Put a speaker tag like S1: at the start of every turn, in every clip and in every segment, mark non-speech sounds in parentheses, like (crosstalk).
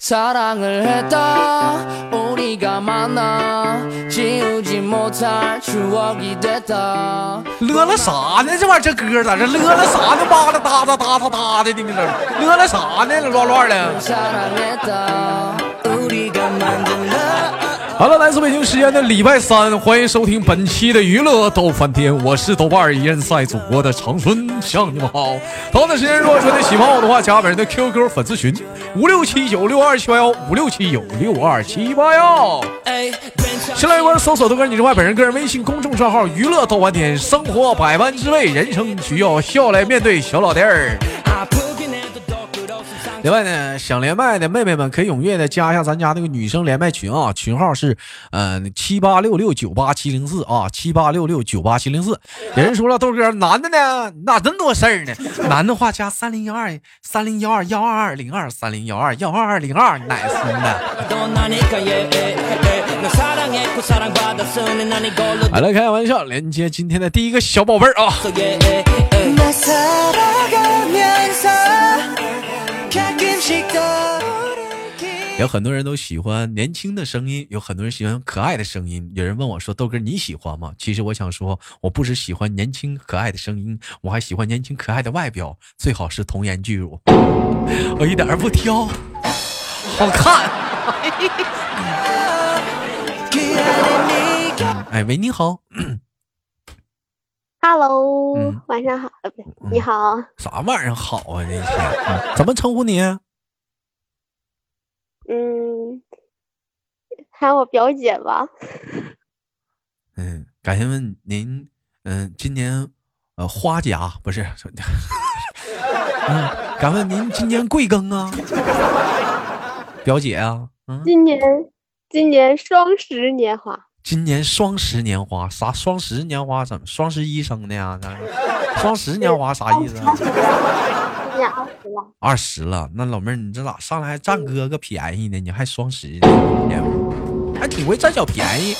S1: 사랑을 했다 우리가 만나 지우지 못할 추억이 됐다
S2: 乐了啥呢？这玩意儿这歌咋这乐了啥呢？扒拉哒哒哒哒哒的，你们这乐了啥呢？乱乱的。
S1: 사랑했다 우리가 만든 나
S2: 好了，来自北京时间的礼拜三，欢迎收听本期的娱乐逗翻天，我是豆瓣儿，依然在祖国的长春向你们好。同样的时间，如果说你喜欢我的话，加本人的 QQ 粉丝群五六七九六二七八幺五六七九六二七八幺。新来一波搜索豆哥，你之外，本人个人微信公众账号“娱乐逗翻天”，生活百般滋味，人生需要笑来面对。小老弟儿，
S1: 아프긴 해도 더 끌어서
S2: 另外呢，想连麦的妹妹们可以踊跃的加一下咱家那个女生连麦群啊，群号是呃七八六六九八七零四啊，七八六六九八七零四。有人说了，豆哥，男的呢，你咋真多事儿呢？男的话加三零幺二三零幺二幺二二零二三零幺二幺二二零二，奶孙的。
S1: 떠나니까 예, 예너 사랑했고 사랑받았으니 난 이걸로
S2: 好了，开玩笑，连接今天的第一个小宝贝儿啊。
S1: 예, 나 살아가면서 가끔씩 떠오르기
S2: 有很多人都喜欢年轻的声音，有很多人喜欢可爱的声音。有人问我说：“豆哥，你喜欢吗？”其实我想说，我不只喜欢年轻可爱的声音，我还喜欢年轻可爱的外表，最好是童颜巨乳。我一点儿不挑，好看。
S1: 그 안에 네가
S2: 哎，喂，你好，
S3: Hello，、
S2: 嗯
S3: 晚上好，呃，不对，你好，
S2: 啥玩意儿好啊？这一天、嗯怎么称呼你？
S3: 嗯，喊我表姐吧，
S2: 嗯，感谢问您，嗯，今年呃花甲不是？嗯，敢问您今年贵庚啊？表姐啊，嗯。
S3: 今年今年双十年华，
S2: 今年双十年花啥？双十年花怎么？双十一生的呀？咱双十年花啥意思啊？
S3: 今年二十了，
S2: 二十了，那老妹儿，你这咋上来还占哥哥便宜呢？你还双十呢？你还挺会占小便宜。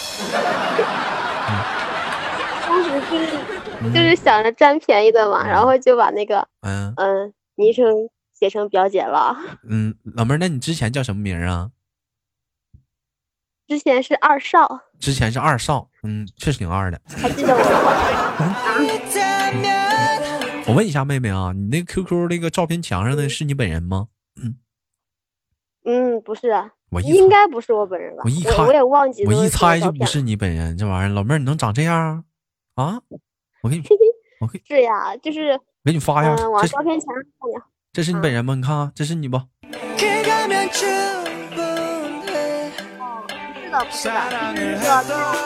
S3: 当时就是就是想着占便宜的嘛，然后就把那个
S2: 嗯
S3: 嗯昵称写成表姐了。
S2: 嗯，老妹儿，那你之前叫什么名儿啊？
S3: 之前是二少，
S2: 之前是二少，嗯，确实挺二的。
S3: 还记得我吗？
S2: (laughs)
S1: 있다면
S2: 我问一下妹妹啊，你那 QQ 那个照片墙上的是你本人吗？
S3: 嗯，不是啊，
S2: 我一
S3: 应
S2: 猜
S3: 该不是我本人吧？
S2: 我一看
S3: 我我也忘记
S2: 我
S3: 都
S2: 一
S3: 是
S2: 猜
S3: 多
S2: 就
S3: 少
S2: 不
S3: 片
S2: 是你本人，这玩意儿，老妹儿你能长这样啊？啊，我给你，我给
S3: 是呀，就是
S2: 给你发一下，
S3: 嗯，往
S2: 哎这
S3: 照片墙上看呀，
S2: 这是你本人吗？你看啊，这是你不？
S1: 그거면 충분해
S3: 知道不是的。
S1: 사랑을
S3: 但
S1: 해도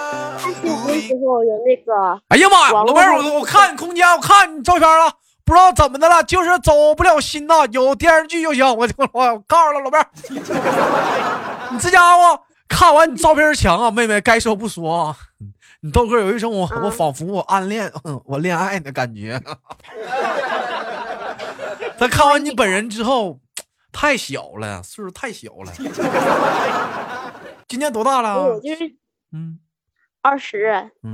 S3: 是那时候有那个，
S2: 哎呀妈呀，老
S3: 网络
S2: 妹儿，
S3: 上
S2: 我我看你空间，我看你照片了，不知道怎么的了，就是走不了心呐。有电视剧就行，我我我告诉了老妹儿， (laughs) 你这家伙看完你照片强啊，妹妹该说不说啊。你豆哥有一种我、我
S3: 嗯
S2: 仿佛我暗恋我恋爱的感觉。 (laughs) 他看完你本人之后，太小了，岁数太小了。 (laughs) 今年多大了
S3: 我？就是
S2: 嗯，
S3: 二十，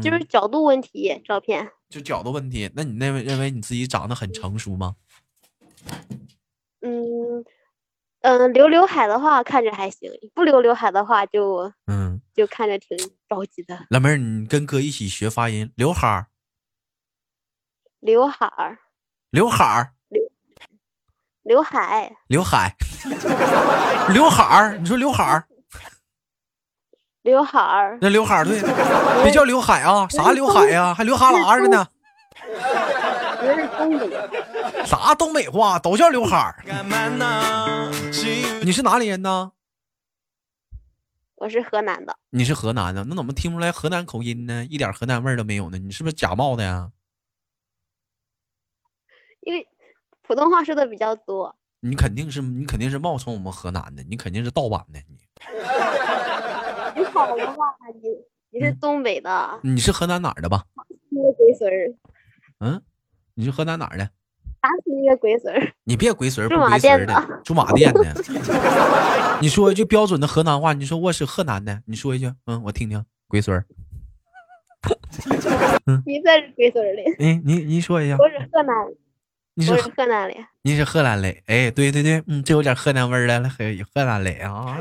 S3: 就是
S2: 哦嗯
S3: 角度问题，照片
S2: 就角度问题。那你认为认为你自己长得很成熟吗？
S3: 嗯嗯、呃留刘海的话看着还行，不留刘海的话就
S2: 嗯，
S3: 就看着挺着急的。
S2: 老妹儿，你跟哥一起学发音，刘海儿，
S3: 刘海儿，
S2: 刘海儿，
S3: 刘海，
S2: 刘海，刘海儿，你说刘海儿，
S3: 刘海儿，
S2: 那刘海儿对，别叫刘海啊，啥刘海呀、还刘哈喇子呢？
S3: 不是东北的，
S2: 啥东北话都叫刘海儿。
S1: 만나 지우지
S2: 你是哪里人呢？
S3: 我是河南的，
S2: 你是河南的，那怎么听不出来河南口音呢？一点河南味儿都没有呢？你是不是假冒的呀？
S3: 因为普通话说的比较多。
S2: 你肯定是你肯定是冒充我们河南的，你肯定是盗版的。你
S3: 你好的话，你你是
S2: 嗯
S3: 东北的，
S2: 你是河南哪儿的吧？
S3: 那个鬼孙儿，
S2: 嗯，你是河南哪儿的？
S3: 打死那个鬼孙儿，
S2: 你别鬼水不
S3: 驻马
S2: 鬼水
S3: 店
S2: 的，驻马店的。你说一句标准的 (laughs) 河南话，你说我是河南的，你说一句，嗯，我听听。鬼水，
S3: 你才是鬼孙儿嘞，
S2: 嗯，您您说一下，
S3: 我是河南，
S2: 你是
S3: 我
S2: 河
S3: 是河南的呀，
S2: 你是荷兰嘞？哎，对对对，嗯，这有点河南味儿来了，还有荷兰嘞啊。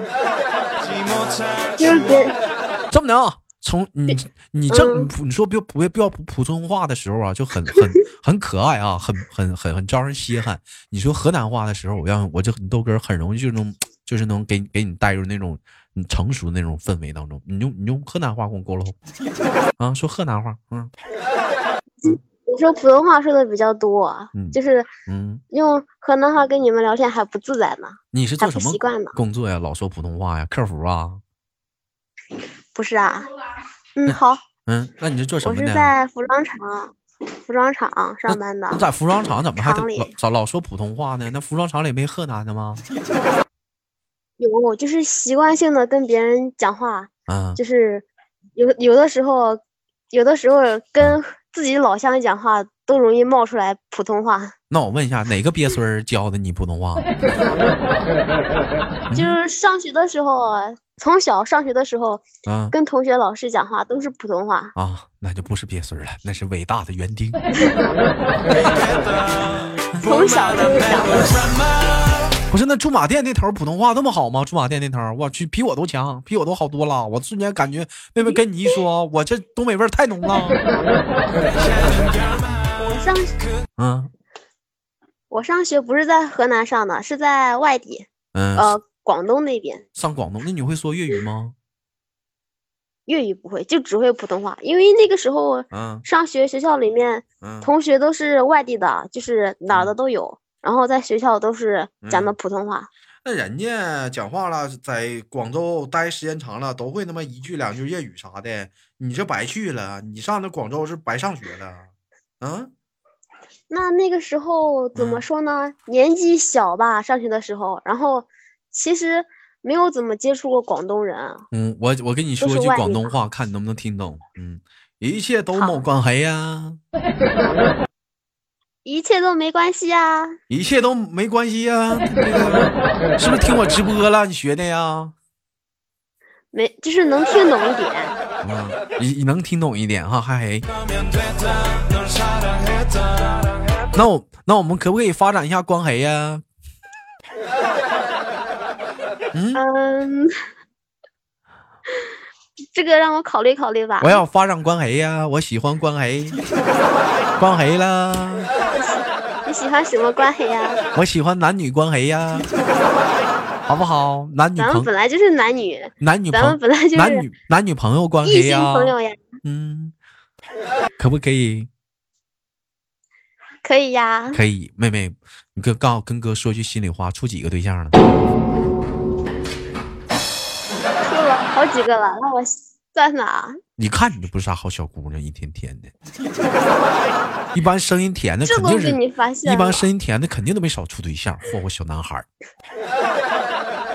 S3: 就是跟
S2: 这么的啊，从你你这
S3: 嗯
S2: 你说别不要不要普通话的时候啊，就很
S3: (laughs)
S2: 很很可爱啊，很很很很招人稀罕。你说河南话的时候，我让我就豆哥很容易就能就是能给给你带入那种嗯成熟那种氛围当中。你用你用河南话跟我沟通 (laughs) 啊，说河南话，嗯
S3: 我说普通话说的比较多，啊
S2: 嗯
S3: 就是
S2: 嗯，
S3: 用河南话跟你们聊天还不自在呢。
S2: 你是做什么
S3: 还不习惯呢
S2: 工作呀？老说普通话呀，客服啊，
S3: 不是啊，嗯，好，
S2: 嗯，那你是做什
S3: 我
S2: 么
S3: 是
S2: 的？
S3: 在服装厂，服装厂上班的
S2: 你。在服装厂怎么还得
S3: 厂里
S2: 老老老说普通话呢？那服装厂里没河南的吗？
S3: 有，就是习惯性的跟别人讲话，
S2: 啊，
S3: 就是有有的时候，有的时候跟自己老乡讲话都容易冒出来普通话，
S2: 那我问一下，哪个鳖孙儿教的你普通话？
S3: 就是上学的时候，从小上学的时候
S2: 啊
S3: 跟同学、老师讲话都是普通话。
S2: 啊，那就不是鳖孙儿了，那是伟大的园丁。
S3: 从小就是讲
S2: 不是，那驻马店那头儿普通话那么好吗？驻马店那头儿，我去，比我都强，比我都好多了。我瞬间感觉，妹妹跟你一说，我这东北味儿太浓了。
S3: 我上
S2: 嗯
S3: 我上学不是在河南上的，是在外地，
S2: 嗯、
S3: 呃，广东那边。
S2: 上广东，那你会说粤语吗？
S3: 粤语不会，就只会普通话。因为那个时候
S2: 嗯
S3: 上学，学校里面
S2: 嗯，
S3: 同学都是外地的，就是哪儿的都有。然后在学校都是讲的
S2: 嗯
S3: 普通话，
S2: 那人家讲话了，在广州待时间长了，都会那么一句两句粤语啥的。你这白去了，你上那广州是白上学了。嗯
S3: 那那个时候怎么
S2: 嗯
S3: 说呢？年纪小吧，上学的时候，然后其实没有怎么接触过广东人。啊
S2: 嗯，我我跟你说
S3: 都
S2: 一
S3: 是
S2: 句
S3: 外
S2: 广
S3: 地
S2: 东话，看你能不能听懂。嗯，一切都没关系呀、
S3: 一切都没关系啊，
S2: 一切都没关系呀、
S3: (laughs)
S2: 对是不是听我直播了？你学的呀？
S3: 没就是能听懂一点。
S2: 嗯，你你能听懂一点哈？嗨嘿。那我那我们可不可以发展一下关黑呀、
S3: 嗯，这个让我考虑考虑吧。
S2: 我要发展关黑呀、我喜欢关黑，关黑啦，
S3: 你喜欢什么关系呀、
S2: 我喜欢男女关黑呀、好不好？男女
S3: 咱们
S2: 朋
S3: 本来就是男女，
S2: 男女
S3: 咱们
S2: 朋
S3: 本来就是
S2: 男女男女朋友关
S3: 异
S2: 黑
S3: 性
S2: 呀、
S3: 朋友呀，
S2: 嗯，可不可以？
S3: 可以呀。
S2: 可以，妹妹，你跟告跟哥说句心里话，处几个对象了？
S3: 处了好几个了，那我算算啊，
S2: 你看你就不是啥好小姑娘，一天天
S3: (laughs)
S2: 的，一般声音甜的
S3: 这
S2: 肯
S3: 都
S2: 定
S3: 被你
S2: 是。
S3: 发现
S2: 一般
S3: 了。哦
S2: 声音甜的肯定都没少处对象，霍霍小男孩儿。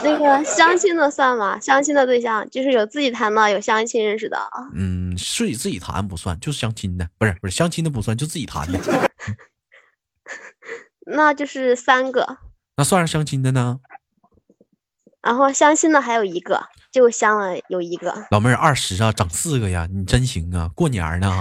S3: 那个相亲的算吗？相亲的对象就是有自己谈的，有相亲认识的啊。
S2: 嗯，自己自己谈不算，就是相亲的，不是不是相亲的不算，就自己谈的。
S3: 那就是三个，
S2: 那算是相亲的呢？
S3: 然后相亲的还有一个，就相了有一个。
S2: 老妹儿二十啊，整四个呀，你真行啊！过年儿呢，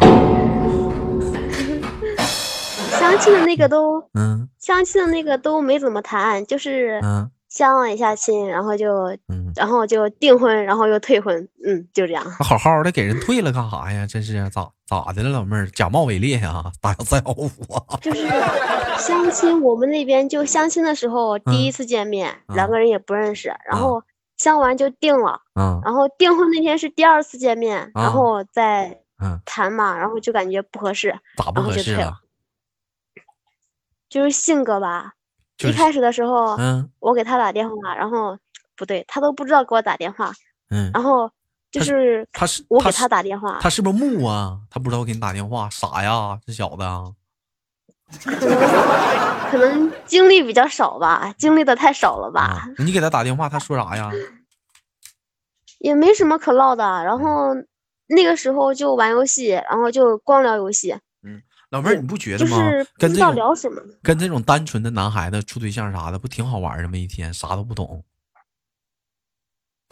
S3: 相亲的那个都，
S2: 嗯
S3: 相亲的那个都没怎么谈，就是
S2: 嗯
S3: 相了一下亲，然后就，
S2: 嗯，
S3: 然后就订婚，然后又退婚，嗯，就这样。
S2: 那好好的给人退了干啥呀？真是啊咋咋的了，老妹儿假冒伪劣呀，打小啊再好我。
S3: 就是相亲，我们那边就相亲的时候第一
S2: 嗯
S3: 次见面，两
S2: 嗯
S3: 个人也不认识，
S2: 嗯
S3: 然后相完就定了，
S2: 嗯
S3: 然后订婚那天是第二次见面，
S2: 啊
S3: 然后再
S2: 嗯，
S3: 谈嘛，然后就感觉不合适，
S2: 咋不
S3: 然后
S2: 合
S3: 就
S2: 适
S3: 退
S2: 啊？
S3: 就是性格吧。
S2: 就
S3: 一
S2: 是
S3: 开始的时候，
S2: 嗯
S3: 我给他打电话，然后不对，他都不知道给我打电话，
S2: 嗯，
S3: 然后就
S2: 他
S3: 是
S2: 他是
S3: 啊我给
S2: 是
S3: 他打电话，
S2: 他是不是木啊？他不知道给你打电话，傻呀，这小子啊！
S3: 可能经历比较少吧，经历的太少了吧。
S2: 啊你给他打电话，他说啥呀？
S3: 也没什么可唠的。
S2: 嗯
S3: 然后那个时候就玩游戏，然后就光聊游戏，
S2: 老妹儿，你不觉得
S3: 就
S2: 吗？
S3: 是不
S2: 跟
S3: 知
S2: 这
S3: 道
S2: 种
S3: 聊什么。
S2: 跟这种单纯的男孩子处对象啥的，不挺好玩的吗？一天啥都不懂。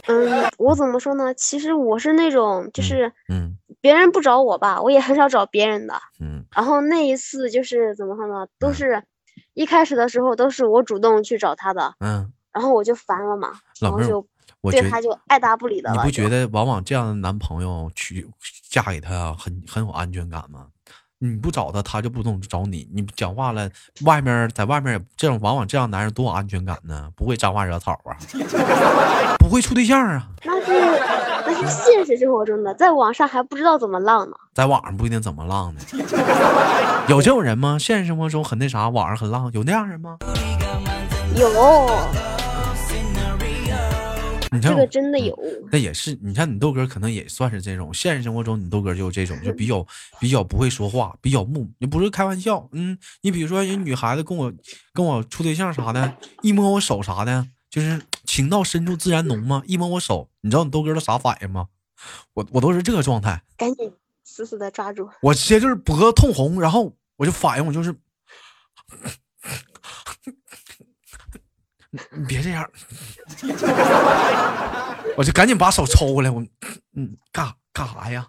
S3: 嗯，我怎么说呢？其实我是那种就
S2: 嗯
S3: 是
S2: 嗯
S3: 别人不找我吧，我也很少找别人的。
S2: 嗯
S3: 然后那一次就是怎么说呢，都
S2: 嗯
S3: 是一开始的时候都是我主动去找他的，
S2: 嗯，
S3: 然后我就烦了嘛，然
S2: 老
S3: 后
S2: 妹儿
S3: 就
S2: 我觉
S3: 对
S2: 得
S3: 他就爱答不理的
S2: 你
S3: 了。
S2: 不觉得往往这样的男朋友娶嫁给他啊很很有安全感吗？你不找他，他就不懂找你。你讲话了，外面在外面也这种往往这样男人多有安全感呢，不会沾花惹草啊， (laughs) 不会处对象啊，
S3: 那是那是现实生活中的，在网上还不知道怎么浪呢。
S2: 在网上不一定怎么浪呢。 (laughs) 有这种人吗？现实生活中很那啥，网上很浪，有那样人吗？
S3: 有
S2: 你看我
S3: 这
S2: 嗯
S3: 个真的有，
S2: 那也是，你看你豆哥可能也算是这种，现实生活中你豆哥就有这种，就比较比较不会说话，比较木，也不是开玩笑，嗯，你比如说人女孩子跟我跟我处对象啥的，一摸我手啥的，就是情到深处自然浓嘛，一摸我手，你知道你豆哥都啥反应吗？我我都是这个状态，
S3: 赶紧死死的抓住。
S2: 我直接就是脖子通红，然后我就反应我就是，你别这样，我就赶紧把手抽过来，我嗯干啥干啥呀？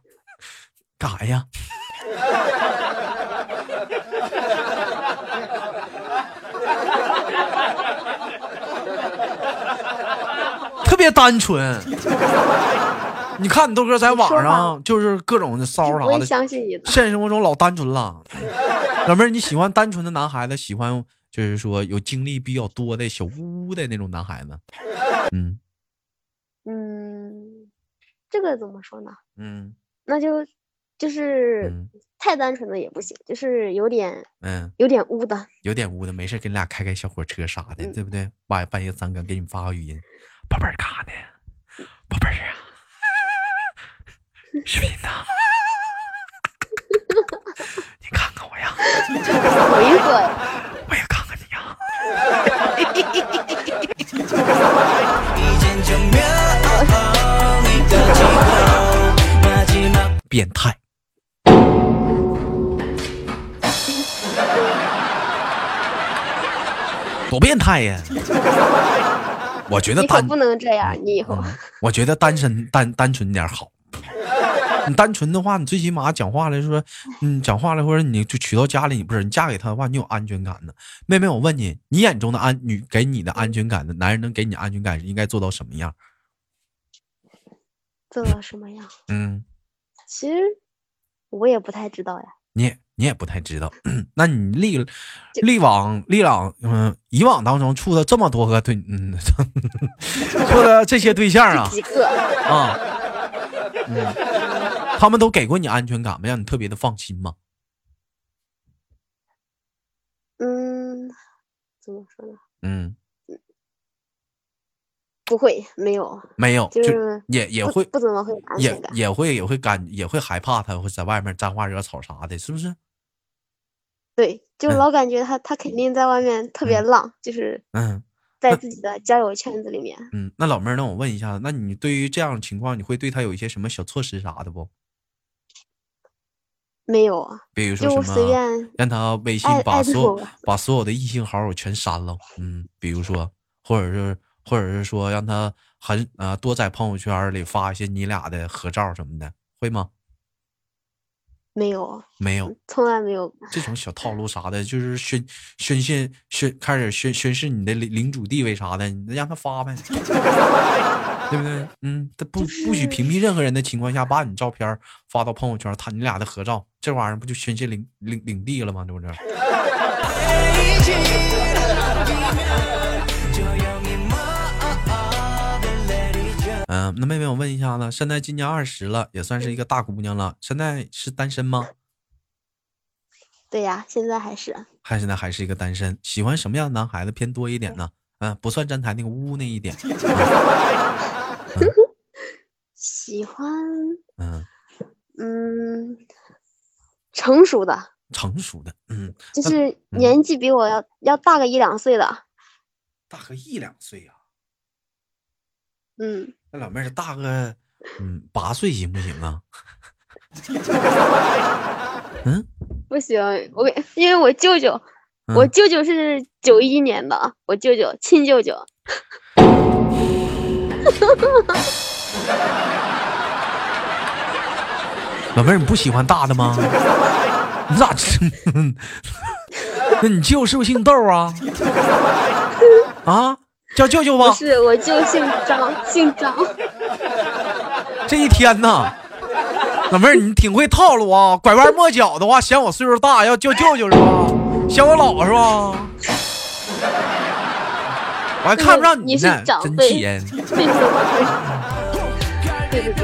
S2: 干啥呀？ (laughs) 特别单纯， (laughs) 你看你豆哥在网
S3: 说吧
S2: 上就是各种的骚
S3: 就
S2: 啥
S3: 不会
S2: 的，
S3: 相信你的，
S2: (laughs) 现实生活中老单纯了。老妹儿，你喜欢单纯的男孩子，喜欢就是说有经历比较多的小呜呜的那种男孩子？嗯
S3: 嗯，这个怎么说呢？
S2: 嗯
S3: 那就就是
S2: 嗯
S3: 太单纯的也不行，就是有点
S2: 嗯，
S3: 有点污的。
S2: 有点污的，没事跟你俩开开小火车啥的，
S3: 嗯
S2: 对不对？半半夜三更给你发个语音，宝贝儿干啥呢？宝贝儿啊，视频呢？ (laughs) 你看看我呀，
S3: 回个
S2: 我也看看你啊呀。
S1: 이젠 좀 명이 떠지고 마지막
S2: 变态。多变态呀！我觉得
S3: 你可
S2: 单
S3: 不，能这样，你以后
S2: 嗯 (laughs) 我觉得单身单单纯点好。 (laughs) 你单纯的话，你最起码讲话来说，嗯，讲话了或者你就娶到家里，你不是你嫁给他的话，你有安全感呢。妹妹，我问你，你眼中的安女给你的安全感的男人能给你安全感应该做到什么样？
S3: 做到什么样？
S2: 嗯，
S3: 其实我也不太知道呀。
S2: 你也你也不太知道。那你历历往历往嗯以往当中处的这么多个对嗯 (laughs) 处的这些对象
S3: (laughs)
S2: 啊
S3: 几个
S2: 啊，嗯，他们都给过你安全感吗？让你特别的放心吗？
S3: 嗯，怎么说呢？
S2: 嗯，
S3: 不会，没有，
S2: 没有，
S3: 就
S2: 就是也也
S3: 不
S2: 会
S3: 不怎么会有安
S2: 也
S3: 全感。
S2: 也会也会感也会害怕他会在外面沾花惹草啥的，是不是？
S3: 对，就
S2: 嗯
S3: 老感觉他他肯定在外面特别
S2: 嗯
S3: 浪，就是
S2: 嗯那
S3: 在自己的交友圈子里面。
S2: 嗯，那老妹儿，那我问一下，那你对于这样的情况，你会对他有一些什么小措施啥的不？
S3: 没有啊，
S2: 比如说什
S3: 就
S2: 么？
S3: 随便
S2: 让他微信
S3: 艾
S2: 把
S3: 艾特
S2: 所有
S3: 我吧
S2: 把所有的异性好友全删了，嗯，比如说，或者是或者是说让他很呃多在朋友圈里发一些你俩的合照什么的，会吗？
S3: 没有，
S2: 没有
S3: 从来没有。
S2: 这种小套路啥的，就是宣宣泄宣开始宣宣示你的领领主地位啥的，你让他发呗， (laughs) 对不对？嗯，他不不许屏蔽任何人的情况下，把你照片发到朋友圈，他你俩的合照，这玩意儿不就宣泄领领领地了吗？这不是？
S1: 베이지라면 뭐- 조용히 먹을 내리죠
S2: 嗯，那妹妹，我问一下呢，现在今年二十了，也算是一个大姑娘了，现在是单身吗？
S3: 对呀、现在还是
S2: 还是呢，还是一个单身？喜欢什么样的男孩子偏多一点呢？嗯，不算站台那个呜呜那一点。
S3: 喜欢，
S2: 嗯，
S3: 嗯，成熟的，
S2: 成熟的，嗯，
S3: 就
S2: 那
S3: 是
S2: 嗯
S3: 年纪比我要要大个一两岁的。
S2: 大个一两岁啊。
S3: 嗯，
S2: 那老妹儿大个，嗯，八岁行不行啊？嗯，
S3: 不行，我给因为我舅舅，我
S2: 嗯
S3: 舅舅是九一年的，我舅舅亲舅
S2: 哦
S3: 舅，
S2: (laughs) 老妹儿，你不喜欢大的吗？你咋这？ (laughs) 那你舅是不是姓窦啊？ (laughs) 啊，叫舅舅
S3: 不
S2: 吧。
S3: 是，我就姓张，姓张。
S2: 这一天
S3: (laughs)
S2: 呐，老妹儿你挺会套路啊，拐弯抹角的话，嫌我岁数大，要叫舅舅是吧？嫌我老是吧？ (laughs) 我还看不上
S3: 你是
S2: 呢，
S3: 长
S2: 真
S3: 辈
S2: 贱。
S3: 对对对，对对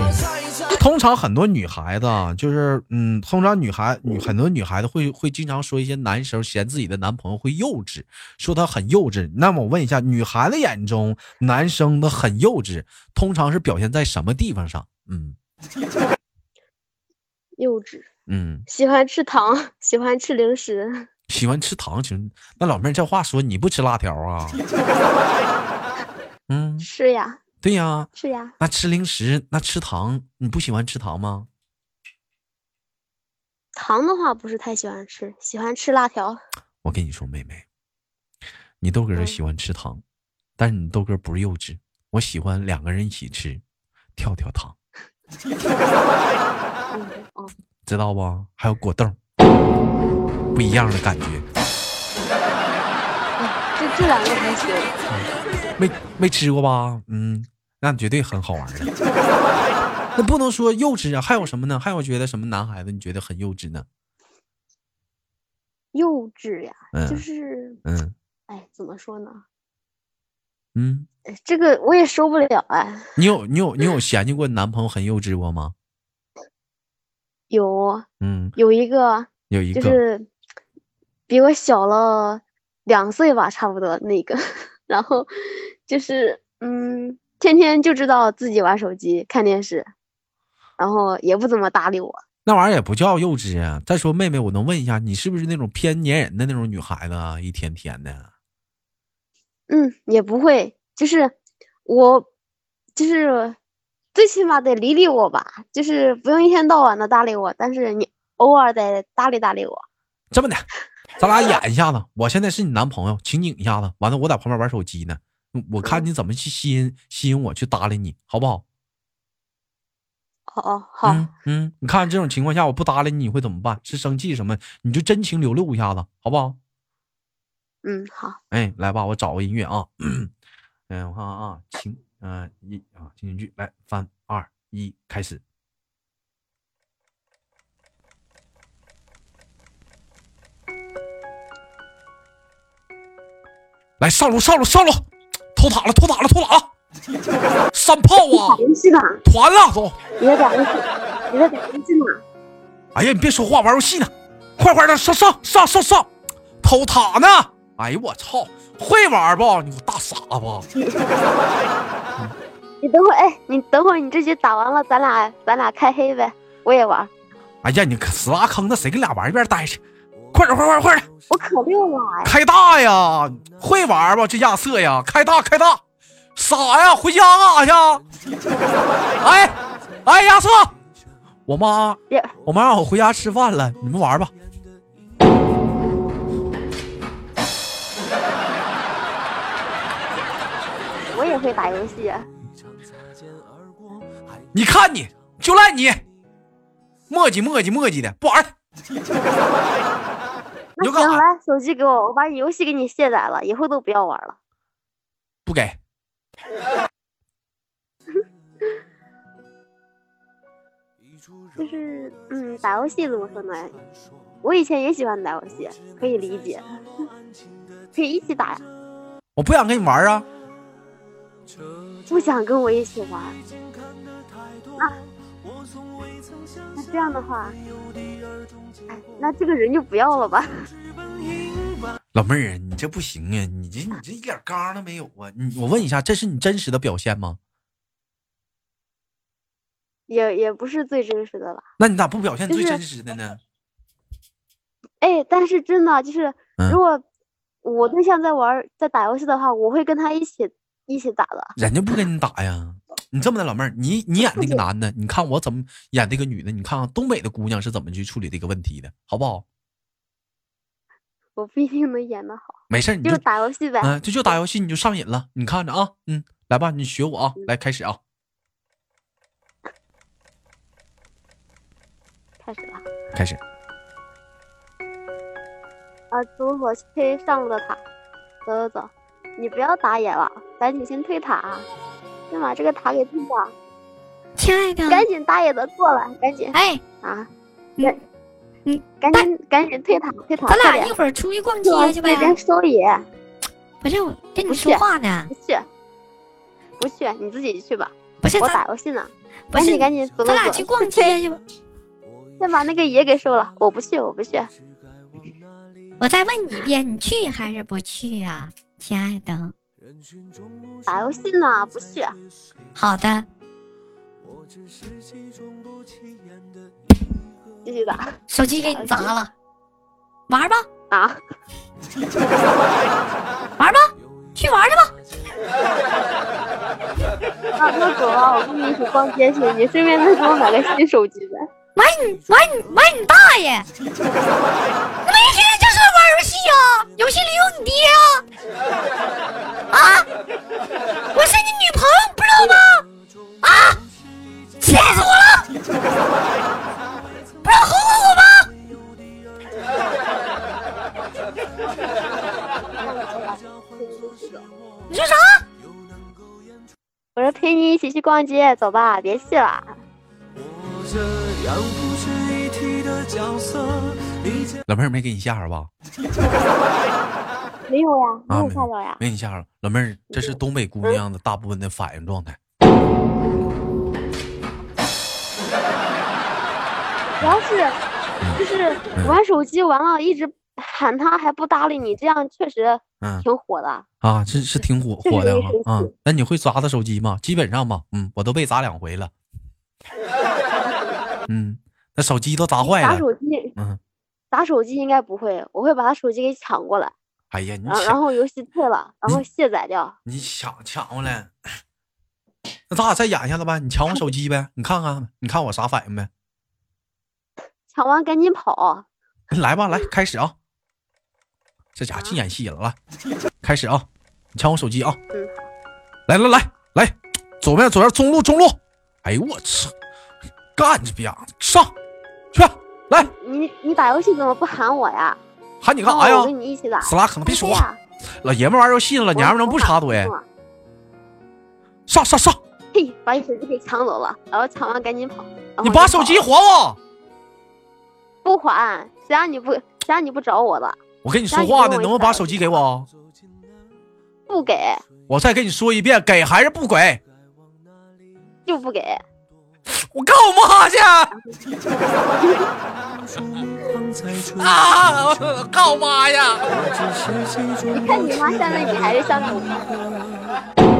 S3: 对，
S2: 通常很多女孩子啊，就是嗯，通常女孩女很多女孩子会会经常说一些男生嫌自己的男朋友会幼稚，说他很幼稚。那么我问一下，女孩子眼中男生的很幼稚，通常是表现在什么地方上？嗯
S3: 幼稚，
S2: 嗯，
S3: 喜欢吃糖， (laughs) 喜欢吃零食，
S2: 喜欢吃糖行。那老妹儿这话说你不吃辣条啊？嗯，
S3: 吃呀
S2: 对呀、
S3: 吃呀，
S2: 那吃零食，那吃糖，你不喜欢吃糖吗？
S3: 糖的话不是太喜欢吃，喜欢吃辣条。
S2: 我跟你说，妹妹，你豆哥是
S3: 嗯
S2: 喜欢吃糖，但是你豆哥不是幼稚，我喜欢两个人一起吃跳跳糖，
S3: 嗯，哦，
S2: (laughs) 知道不？还有果冻，不一样的感觉。
S3: 哦这这两个还行，
S2: 嗯没没吃过吧？嗯，那绝对很好玩的。 (laughs) 那不能说幼稚啊，还有什么呢？还有觉得什么男孩子你觉得很幼稚呢？
S3: 幼稚呀，就
S2: 嗯
S3: 是，
S2: 嗯
S3: 哎，怎么说呢？
S2: 嗯，
S3: 哎这个我也受不了哎。
S2: 你有你有你有嫌弃过男朋友很幼稚过吗？
S3: 有
S2: 嗯，
S3: 有一个
S2: 有一
S3: 就
S2: 个、
S3: 是比我小了两岁吧，差不多那个， (laughs) 然后就是嗯，天天就知道自己玩手机、看电视，然后也不怎么搭理我。
S2: 那玩意儿也不叫幼稚啊。再说妹妹，我能问一下，你是不是那种偏粘人的那种女孩子啊？一天天的，
S3: 嗯，也不会，就是我，就是最起码得理理我吧，就是不用一天到晚的搭理我，但是你偶尔得搭理搭理我。
S2: 这么的，咱俩演一下子。我现在是你男朋友，情景一下子。完了，我在旁边玩手机呢，嗯我看你怎么去吸引吸引我去搭理你，好不好？
S3: 哦哦，好，
S2: 嗯嗯，你看这种情况下我不搭理你，你会怎么办？是生气什么？你就真情流露一下子，好不好？
S3: 嗯，好，
S2: 哎，来吧，我找个音乐啊。嗯，我看看啊，情，嗯、一啊，情景剧，来，三二一，开始。来上路，上路，上路，偷塔了，偷塔了，偷塔了，山炮啊，
S3: 游戏呢？
S2: 团了，走！
S3: 你在打游戏？你在打游戏呢？
S2: 哎呀，你别说话，玩游戏呢，快快的上上上上上，偷塔呢！哎呀，我操，会玩不？你大傻吧？
S3: 你等会儿，哎，你等会儿，你这局打完了，咱俩咱俩开黑呗，我也玩儿，
S2: 哎呀，你可死拉坑的，谁跟俩玩意儿一边待去？快点，快点，快点，
S3: 我可溜了哎呀！
S2: 开大呀！会玩吧？这亚瑟呀，开大，开大！傻呀，回家干啥去？哎，哎，亚瑟，我妈，
S3: 别，
S2: 我妈让我回家吃饭了，你们玩吧。
S3: 我也会打游戏，
S2: 你看你，就赖你，磨叽磨叽磨叽的，不玩了。你
S3: 那
S2: 就干
S3: 行，
S2: 啥？
S3: 来，手机给我，我把游戏给你卸载了，以后都不要玩了。
S2: 不给。
S3: 就是，嗯，打游戏怎么说呢？我以前也喜欢打游戏，可以理解，可以一起打呀。
S2: 我不想跟你玩啊！
S3: 不想跟我一起玩，那那这样的话，哎，那这个人就不要了吧。
S2: 老妹儿啊，你这不行啊！你这你这一点刚都没有啊！你我问一下，这是你真实的表现吗？
S3: 也也不是最真实的吧。
S2: 那你咋不表现
S3: 就是
S2: 最真实的呢？
S3: 哎，但是真的就是，
S2: 嗯
S3: 如果我对象在玩儿在打游戏的话，我会跟他一起一起打的。
S2: 人家不跟你打呀！你这么的，老妹儿，你你演那
S3: (laughs)
S2: 个男的，你看我怎么演这个女的，你看看东北的姑娘是怎么去处理这个问题的，好不好？
S3: 我不一定能演得好，
S2: 没事儿，你
S3: 就
S2: 就是
S3: 打游戏呗。
S2: 嗯、这就打游戏你就上瘾了，你看着啊，嗯，来吧，你学我啊，来开始啊！
S3: 开始了，嗯
S2: 开始。
S3: 啊，走我去上路的塔，走走走，你不要打野了，赶紧先退塔啊，先把这个塔给退掉，
S4: 亲爱的，
S3: 赶紧打野的过来，赶紧
S4: 哎，
S3: 啊，
S4: 嗯
S3: 赶
S4: 嗯，
S3: 赶紧赶紧退塔退塔，
S4: 咱
S3: 快
S4: 俩
S3: 点啊
S4: 一，会儿出去逛街
S3: 我
S4: 去
S3: 去
S4: 呗
S3: 跟。收野，
S4: 不是，我跟你
S3: 不
S4: 说
S3: 去
S4: 话呢，
S3: 不去，不去，你自己去吧，
S4: 不是
S3: 我
S4: 咱
S3: 打游戏呢，
S4: 不
S3: 赶
S4: 是
S3: 紧，赶紧走走
S4: 咱俩去
S3: 走，
S4: 逛街去吧。
S3: 先把那个野给收了，我不去，我不去，
S4: 我再问你一遍，你去还是不去啊，亲爱的？
S3: 打游戏呢，不去，
S4: 好的，
S3: 继续打
S4: 手机给你砸了，玩儿吧，
S3: 啊，
S4: 玩儿吧，去玩儿去吧。
S3: (laughs) 那啊那走吧，我跟你一起逛街去，你顺便再给我买个新手机呗。
S4: 玩你玩你玩你大爷！你没事就是玩游戏啊，游戏里有你爹啊！啊！我是你女朋友，不知道吗？啊！气死我了！不是哄哄我吗？你说啥？
S3: 我说陪你一起去逛街，走吧，别戏了。
S1: 我这样不值一提的角色，你这
S2: 老妹儿没给你吓着吧？
S3: 没有呀，没
S2: 啊，
S3: 有
S2: 没
S3: 吓到呀。
S2: 没给你吓着。老妹儿，这是东北
S3: 嗯
S2: 姑娘的大部分的反应状态。
S3: 主要是
S2: 嗯
S3: 就是玩手机玩了，一直喊他还不搭理你，这样确实
S2: 嗯
S3: 挺火的。
S2: 啊，这是挺火
S3: 这
S2: 火
S3: 是
S2: 的
S3: 一个神
S2: 啊。
S3: 器
S2: 那你会砸他手机吗？基本上吧，嗯，我都被砸两回了。 (laughs) 嗯，那手机都砸坏
S3: 打
S2: 了。
S3: 手机，
S2: 哎嗯，
S3: 打手机应该不会，我会把他手机给抢过来，
S2: 哎呀，你
S3: 然后啊然
S2: 抢
S3: 后游戏退了，然后卸载掉。
S2: 你抢抢过来， (laughs) 那咱俩再演一下子呗？你抢我手机呗？你看看，你看我啥反应呗？
S3: 抢完赶紧跑，
S2: (laughs) 来吧，来开始啊！这家伙
S3: 啊
S2: 净演戏了，来，开始啊！你抢我手机啊！
S3: 嗯
S2: 来来来来，左边左边中路中路！哎呦我操，干这逼样子上去来
S3: 你你打游戏怎么不喊我呀？
S2: 喊你
S3: 你
S2: 干啥呀
S3: 哦我？跟你一起打。
S2: 死拉坑，别说话！
S3: 哎呀，
S2: 老爷们玩游戏了，老娘们能不插
S3: 我
S2: 嘴
S3: 打？错了哦
S2: 上上上！
S3: 嘿， (laughs) 把你手机给抢走了，然后抢完赶紧跑。然后
S2: 你
S3: 就
S2: 把
S3: 跑
S2: 手机
S3: 了
S2: 还我！
S3: 不还，谁让你不谁让你不找我的？
S2: 我跟你说
S3: 那你
S2: 话呢，
S3: 给我
S2: 能
S3: 一
S2: 不能
S3: 百
S2: 把手机给我？
S3: 不给
S2: 我再跟你说一遍，给还是不给？
S3: 就不给，
S2: 我告我妈 (laughs) 去！
S1: 方才出
S2: 啊！我告我妈呀！
S1: 我只是其中
S3: 看你妈向着你还是向着我？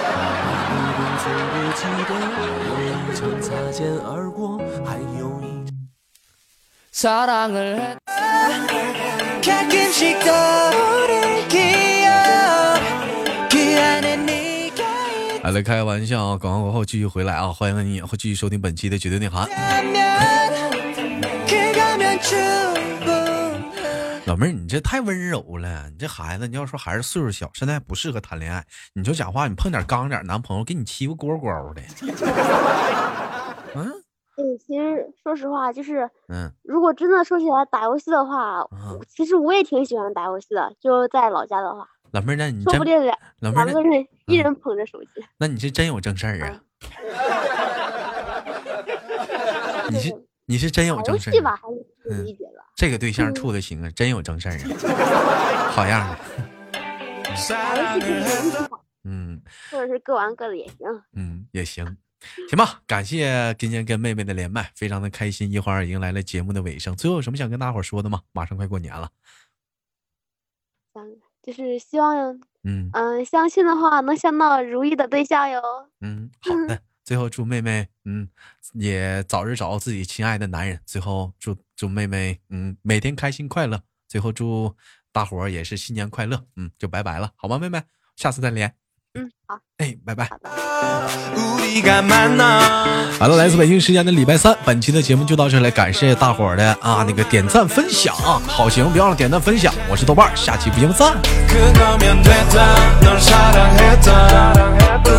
S1: 总不记得有一场擦肩而过，还有一场。
S5: 사랑을 했
S1: 가끔씩 떠오른 기억 그 안에 네가
S2: 来了，开玩笑啊！广告过后继续回来啊！欢迎你，后继续收听本期的绝对内涵。
S1: 있다면 그거면 충분해
S2: 老妹儿，你这太温柔了，你这孩子，你要说孩子岁数小，现在还不适合谈恋爱。你就讲话，你碰点刚点儿男朋友，给你欺负蝈蝈
S3: (laughs)
S2: 的。嗯
S3: (laughs) 嗯，其实说实话，就是
S2: 嗯
S3: 如果真的说起来打游戏的话，
S2: 啊，
S3: 其实我也挺喜欢打游戏的。就是在老家的话，
S2: 老妹儿，那你
S3: 说
S2: 真
S3: 不定两
S2: 老妹儿
S3: 两个
S2: 那，
S3: 人一
S2: 嗯
S3: 人捧着手机，
S2: 那你是真有正事儿啊？你是你是真有
S3: 打游
S2: 正事
S3: 戏
S2: 儿啊
S3: 吧，？还是可以理解的。
S2: 这个对
S3: 嗯
S2: 象处的行啊，真有正事儿啊！好样的，
S3: 打游戏可以一起打，
S2: 嗯。
S3: 或者是各玩各的也行。
S2: 嗯，也行，行吧。感谢今天跟妹妹的连麦，非常的开心。一会儿迎来了节目的尾声，最后有什么想跟大伙儿说的吗？马上快过年了，
S3: 嗯，就是希望，
S2: 嗯
S3: 嗯，相亲的话能相到如意的对象哟。
S2: 嗯，好的。最后祝妹妹，嗯，也早日找到自己心爱的男人。最后祝祝妹妹，嗯，每天开心快乐。最后祝大伙儿也是新年快乐，嗯，就拜拜了，好吗？妹妹，下次再连，
S3: 嗯，好，
S2: 哎，拜拜。
S1: 우리가 만나
S2: 好了，来自北京时间的礼拜三，本期的节目就到这里，感谢大伙儿的啊那个点赞分享啊，好行，别忘了点赞分享，我是豆瓣儿，下期不见不散。
S1: 그거면 됐다 널 사랑했다